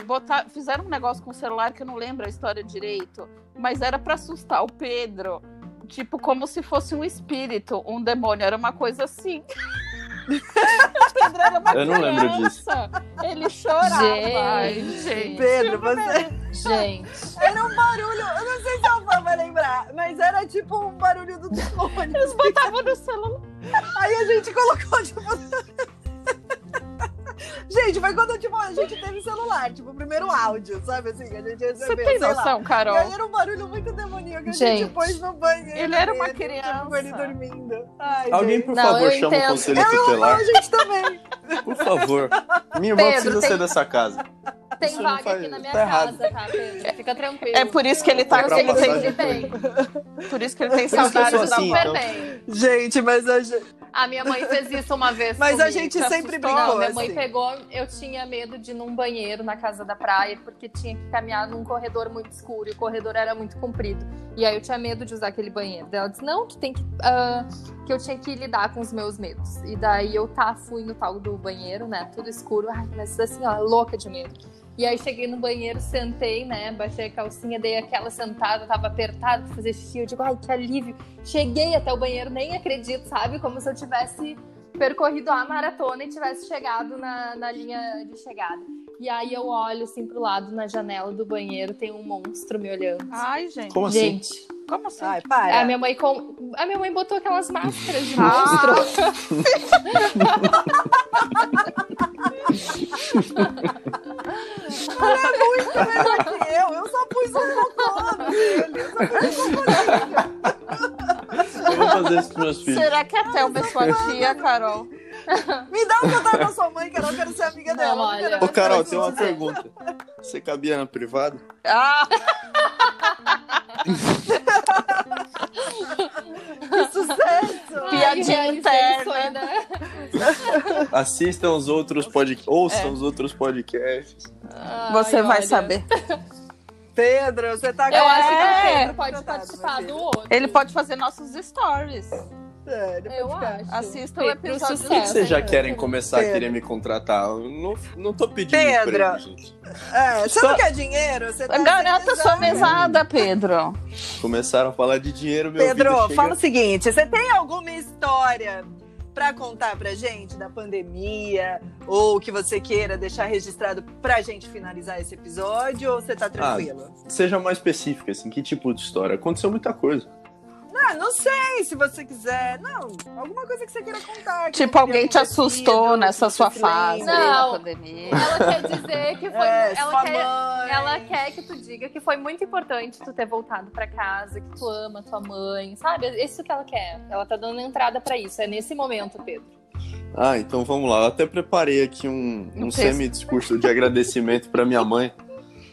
botar, fizeram um negócio com o celular que eu não lembro a história direito, mas era pra assustar o Pedro. Tipo, como se fosse um espírito, um demônio, era uma coisa assim. O Pedro era uma Eu não lembro criança. Ele chorava. Gente. Ai, gente. Pedro, você. Gente. Era um barulho, eu não sei se a Alfa vai lembrar, mas era tipo um barulho do demônio. Eles botavam no celular. Aí a gente colocou, tipo. gente, foi quando tipo, a gente teve celular, tipo, o primeiro áudio, sabe assim? que A gente recebeu. Você tem sei lá. noção, E Carol? aí era um barulho muito demoníaco. A gente, Gente. pôs no banheiro. Ele era uma dele, Tipo, criança. ele dormindo. Ai, Alguém, gente. por Não, favor, eu chama o entendo. conselho Eu tutelar. A gente também. Por favor. Minha irmã Pedro, precisa tem- ser dessa casa. Tem Isso não vaga faz- aqui na minha tá errado. casa, tá, Pedro? Fica tranquilo. É por isso que ele tá Dá com pra ele passar tem, de- bem. Por isso que ele tem Por isso que eu saudade sou do assim, Super então. bem. Gente, mas a gente. A minha mãe fez isso uma vez. Mas a comigo, gente que sempre assustou. brincou, Não, Minha mãe assim. pegou, eu tinha medo de ir num banheiro na casa da praia, porque tinha que caminhar num corredor muito escuro e o corredor era muito comprido. E aí eu tinha medo de usar aquele banheiro. Daí Ela disse: não, tu tem que. ah, que eu tinha que lidar com os meus medos. E daí eu tá, fui no tal do banheiro, né? Tudo escuro. Ai, mas assim, ó, louca de medo. E aí cheguei no banheiro, sentei, né? Baixei a calcinha, dei aquela sentada, tava apertada pra fazer xixi. Eu digo, ai, que alívio. Cheguei até o banheiro, nem acredito, sabe? Como se eu tivesse percorrido a maratona e tivesse chegado na, na linha de chegada. E aí eu olho assim pro lado na janela do banheiro, tem um monstro me olhando. Ai, gente. Como assim? Gente, Como assim? Ai, para. É a minha mãe com... a minha mãe botou aquelas máscaras de Ah! monstro. Muito melhor que eu. Eu só pus um cocô nele. Eu só pus um cocô Eu vou fazer isso com meus filhos. Será que até uma sua tia, Carol? Me dá o contato da sua mãe, Carol. Eu quero ser amiga Não, dela. eu olha. quero Ô, mais Carol, coisas. tem uma pergunta. Você cabia na privada? Ah, Que né, sucesso! Piadinha Ai, interna. realizei né? Assistam os outros É. podcasts. Ouçam os outros podcasts. você Ai, vai olha. saber. Pedro, você tá Então Eu acho que o É. Pedro pode participar do outro. Ele pode fazer nossos stories. É, ele Eu pode ficar. acho. Assista o Pro episódio. Por que que sucesso. vocês já querem começar a É, Pedro. querer me contratar? Eu não, não tô pedindo Pedro. emprego, gente. É, você Só- não quer dinheiro? Você tá Garanta sem sua tesão. mesada, Pedro. Começaram a falar de dinheiro, meu Pedro, ouvido chega- fala o seguinte: você tem alguma história pra contar pra gente da pandemia? Ou que você queira deixar registrado pra gente finalizar esse episódio? Ou Ah, você tá tranquilo? Seja mais específica, assim, que tipo de história? Aconteceu muita coisa. Ah, não sei, se você quiser. Não, alguma coisa que você queira contar. que Tipo, tenha alguém te acontecido, tipo assustou nessa que sua você se fase lembre. Não. na pandemia. Ela quer dizer que foi. É, ela, sua quer, mãe. ela quer que tu diga que foi muito importante tu ter voltado pra casa, que tu ama tua mãe, sabe? É Isso que ela quer. Ela tá dando entrada pra isso. É nesse momento, Pedro. Ah, então vamos lá. Eu até preparei aqui um, Um um texto. semi-discurso de agradecimento pra minha mãe.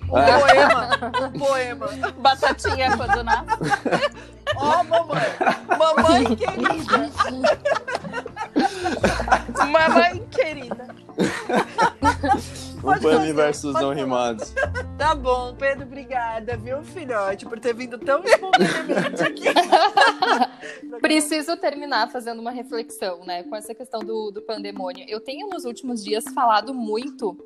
Um Ah, poema, um poema. Batatinha é quando nasce. Ó, mamãe. Mamãe querida. Mamãe querida. um Pode poema fazer, versus pode não falar. rimados. Tá bom, Pedro, obrigada, viu, filhote, por ter vindo tão espontaneamente aqui. Preciso terminar fazendo uma reflexão, né, com essa questão do, do pandemônio. Eu tenho nos últimos dias falado muito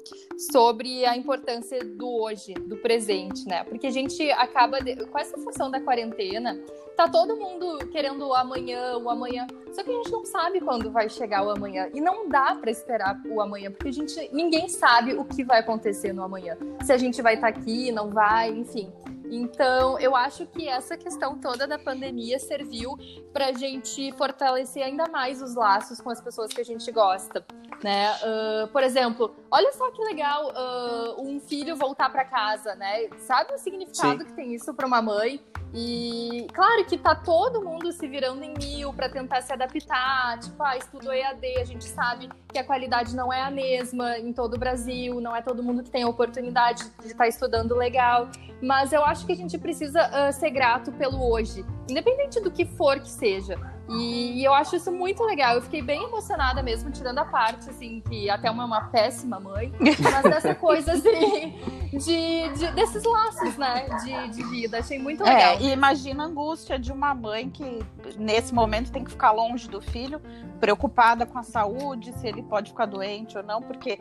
sobre a importância do hoje, do presente, né? Porque a gente acaba de- com essa função da quarentena, tá todo mundo querendo o amanhã, o amanhã. Só que a gente não sabe quando vai chegar o amanhã e não dá pra esperar o amanhã, porque a gente ninguém sabe o que vai acontecer no amanhã. Se a gente vai estar aqui, não vai, enfim. Então, eu acho que essa questão toda da pandemia serviu pra gente fortalecer ainda mais os laços com as pessoas que a gente gosta, né? Ah, por exemplo, olha só que legal ah, um filho voltar pra casa, né? Sabe o significado que tem isso pra uma mãe? E claro que tá todo mundo se virando em mil para tentar se adaptar. Tipo, ah, estudou EAD, a gente sabe que a qualidade não é a mesma em todo o Brasil, não é todo mundo que tem a oportunidade de estar estudando legal. Mas eu acho que a gente precisa ah, ser grato pelo hoje, independente do que for que seja. E, e eu acho isso muito legal. Eu fiquei bem emocionada mesmo, tirando a parte, assim, que até uma é uma péssima mãe, mas dessa coisa, assim, de, de- desses laços, né, de, de vida. Achei muito legal. É, e imagina a angústia de uma mãe que nesse momento tem que ficar longe do filho, preocupada com a saúde, se ele pode ficar doente ou não, porque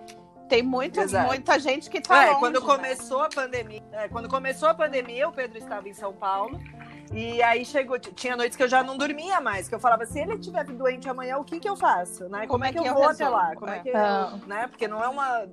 tem muito, Exato. muita gente que tá é, longe, quando né? começou a pandemia, é, quando começou a pandemia, o Pedro estava em São Paulo. E aí chegou, t- tinha noites que eu já não dormia mais, que eu falava, se ele estiver doente amanhã, o que que eu faço, né? Como, é que eu, vou até resolvo? lá? Como é, É. que eu, né? Porque não é uma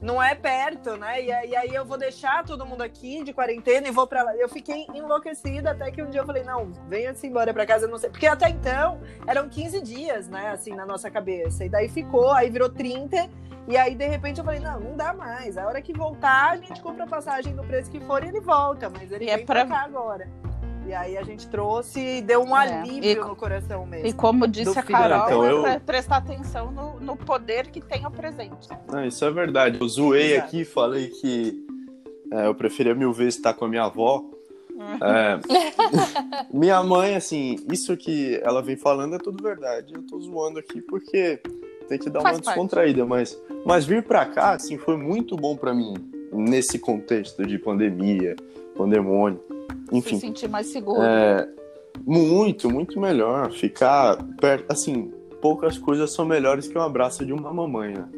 não é perto, né? E, aí- e aí eu vou deixar todo mundo aqui de quarentena e vou pra lá. Eu fiquei enlouquecida até que um dia eu falei, não, venha-se embora pra casa, eu não sei. Porque até então eram 15 dias, né, assim, na nossa cabeça. E daí ficou, aí virou 30. E aí, de repente, eu falei, não, não dá mais. A hora que voltar, a gente compra a passagem no preço que for e ele volta. Mas ele E é vem pra- pra cá agora. E aí a gente trouxe e deu um É, alívio e- no coração mesmo. E como disse Do a filho, Carol, então, é eu- pra prestar atenção no, no poder que tem o presente. Não, isso é verdade. Eu zoei Exato. aqui e falei que é, eu preferia mil vezes estar com a minha avó. Ah. É, minha mãe, assim, isso que ela vem falando é tudo verdade. Eu tô zoando aqui porque tem que dar Faz uma parte. descontraída, mas, mas vir pra cá, assim, foi muito bom pra mim nesse contexto de pandemia, pandemônio, Se enfim. sentir mais seguro. É, muito, muito melhor ficar perto, assim, poucas coisas são melhores que um abraço de uma mamãe, né?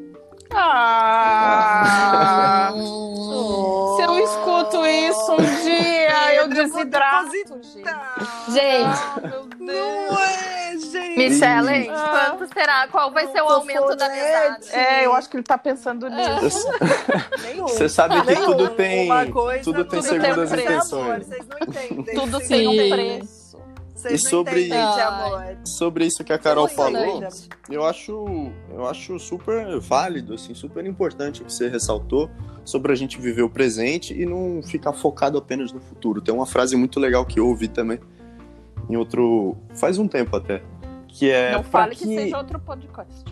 Ah! Se eu Oh. escuto isso um dia, eu Pedro, desidrato, vou gente. Tá. Gente, Ah, meu Deus. Não é, gente! Michele, Ah. quanto será? Qual vai Não ser o tô aumento da sonante. mesada? É, eu acho que ele tá pensando nisso. Nenhum. Você sabe que Nenhum. tudo tem. Uma coisa tudo tem não segundas tem intenções. amor, Vocês não entendem. Tudo vocês tem não um Sim. entendem, preço. Ah, Vocês E não sobre- entendem, Ai. amor. Sobre isso que a Carol Muito falou, doida. eu acho, eu acho super válido, assim, super importante o que você ressaltou sobre a gente viver o presente e não ficar focado apenas no futuro. Tem uma frase muito legal que eu ouvi também em outro. faz um tempo até. Que é. Não pra fale que... seja outro podcast.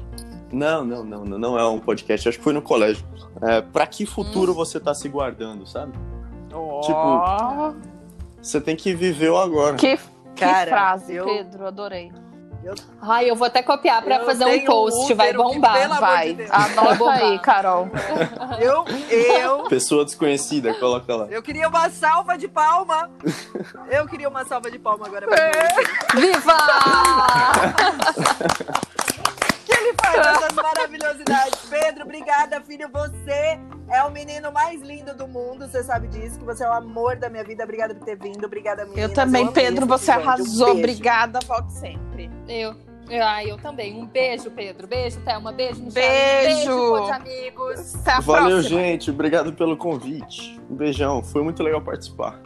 Não, não, não, não, não é um podcast, acho que foi no colégio. É, pra que futuro você tá se guardando, sabe? Ó, Você tem que viver o agora. que, que Cara, frase, eu- Pedro, adorei. Ai, eu vou até copiar pra Eu fazer um tenho post, vai útero que, pelo amor bombar, de vai. Deus. Vai Anota bombar. aí, Carol. Eu, eu, Pessoa desconhecida, coloca lá. eu queria uma salva de palma. Eu queria uma salva de palma agora. pra É. mim. Viva! que ele faz essas maravilhosidades. Pedro, obrigada, filho. Você é o menino mais lindo do mundo. Você sabe disso, que você é o amor da minha vida. Obrigada por ter vindo. Obrigada, meninas. Eu também, amei Pedro, esse você episódio. Um arrasou. beijo. Obrigada, volte sempre. Eu. Ai, eu também. Um beijo, Pedro. Beijo, Thelma. Beijo, Michelle. Beijo. Beijo, pô, de amigos. Até a Valeu, próxima. gente. Obrigado pelo convite. Um beijão. Foi muito legal participar.